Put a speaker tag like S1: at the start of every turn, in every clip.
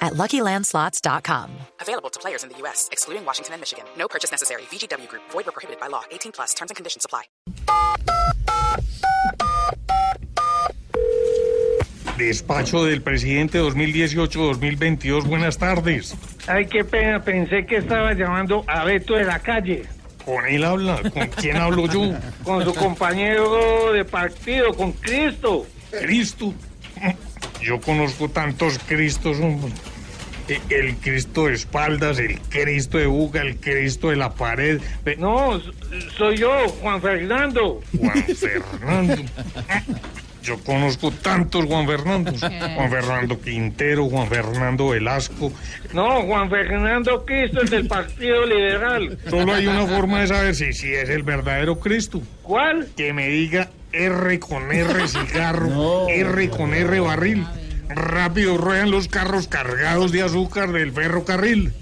S1: at luckylandslots.com.
S2: Available to players in the U.S., excluding Washington and Michigan. No purchase necessary. VGW Group, void or prohibited by law. 18 plus terms and conditions apply.
S3: Despacho del presidente 2018-2022, buenas tardes.
S4: Ay, qué pena, pensé que estaba llamando a Beto de la calle,
S3: Con él habla, ¿con quién hablo yo?
S4: con su compañero de partido, con Cristo.
S3: Cristo. Yo conozco tantos Cristos, hombre. E- El Cristo de espaldas, el Cristo de buga, el Cristo de la pared. Ve-
S4: No, s- soy yo, Juan Fernando.
S3: Juan Fernando. Yo conozco tantos Juan Fernandos. Juan Fernando Quintero, Juan Fernando Velasco.
S4: No, Juan Fernando Cristo es del Partido Liberal.
S3: Solo hay una forma de saber si, si es el verdadero Cristo.
S4: ¿Cuál?
S3: que me diga R con R cigarro, R con R barril. Rápido ruedan los carros cargados de azúcar del ferrocarril.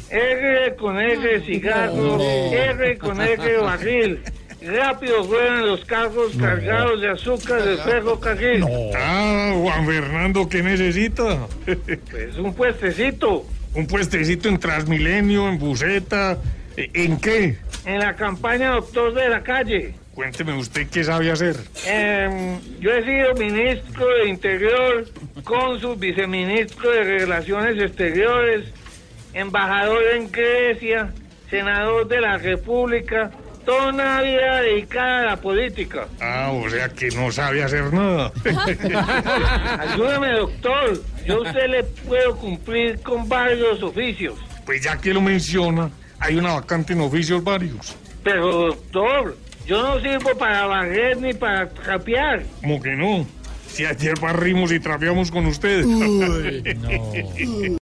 S4: R con R cigarro, R con R barril. Rápido ruedan los carros cargados de azúcar del ferrocarril.
S3: Ah, Juan Fernando, ¿qué necesita?
S4: Pues un puestecito
S3: Un puestecito en Transmilenio, en Buceta. ¿E- ¿En qué?
S4: en la campaña Doctor de la Calle.
S3: Cuénteme usted qué sabe hacer.
S4: Em, yo he sido ministro de Interior, cónsul, viceministro de Relaciones Exteriores, embajador en Grecia, senador de la República, toda una vida dedicada a la política.
S3: Ah, o sea que no sabe hacer nada.
S4: Ayúdame, doctor. Yo a usted le puedo cumplir con varios oficios.
S3: Pues ya que lo menciona, hay una vacante en oficios varios.
S4: Pero, doctor, yo no sirvo para barrer ni para trapear.
S3: Como que no. Si ayer barrimos y trapeamos con ustedes.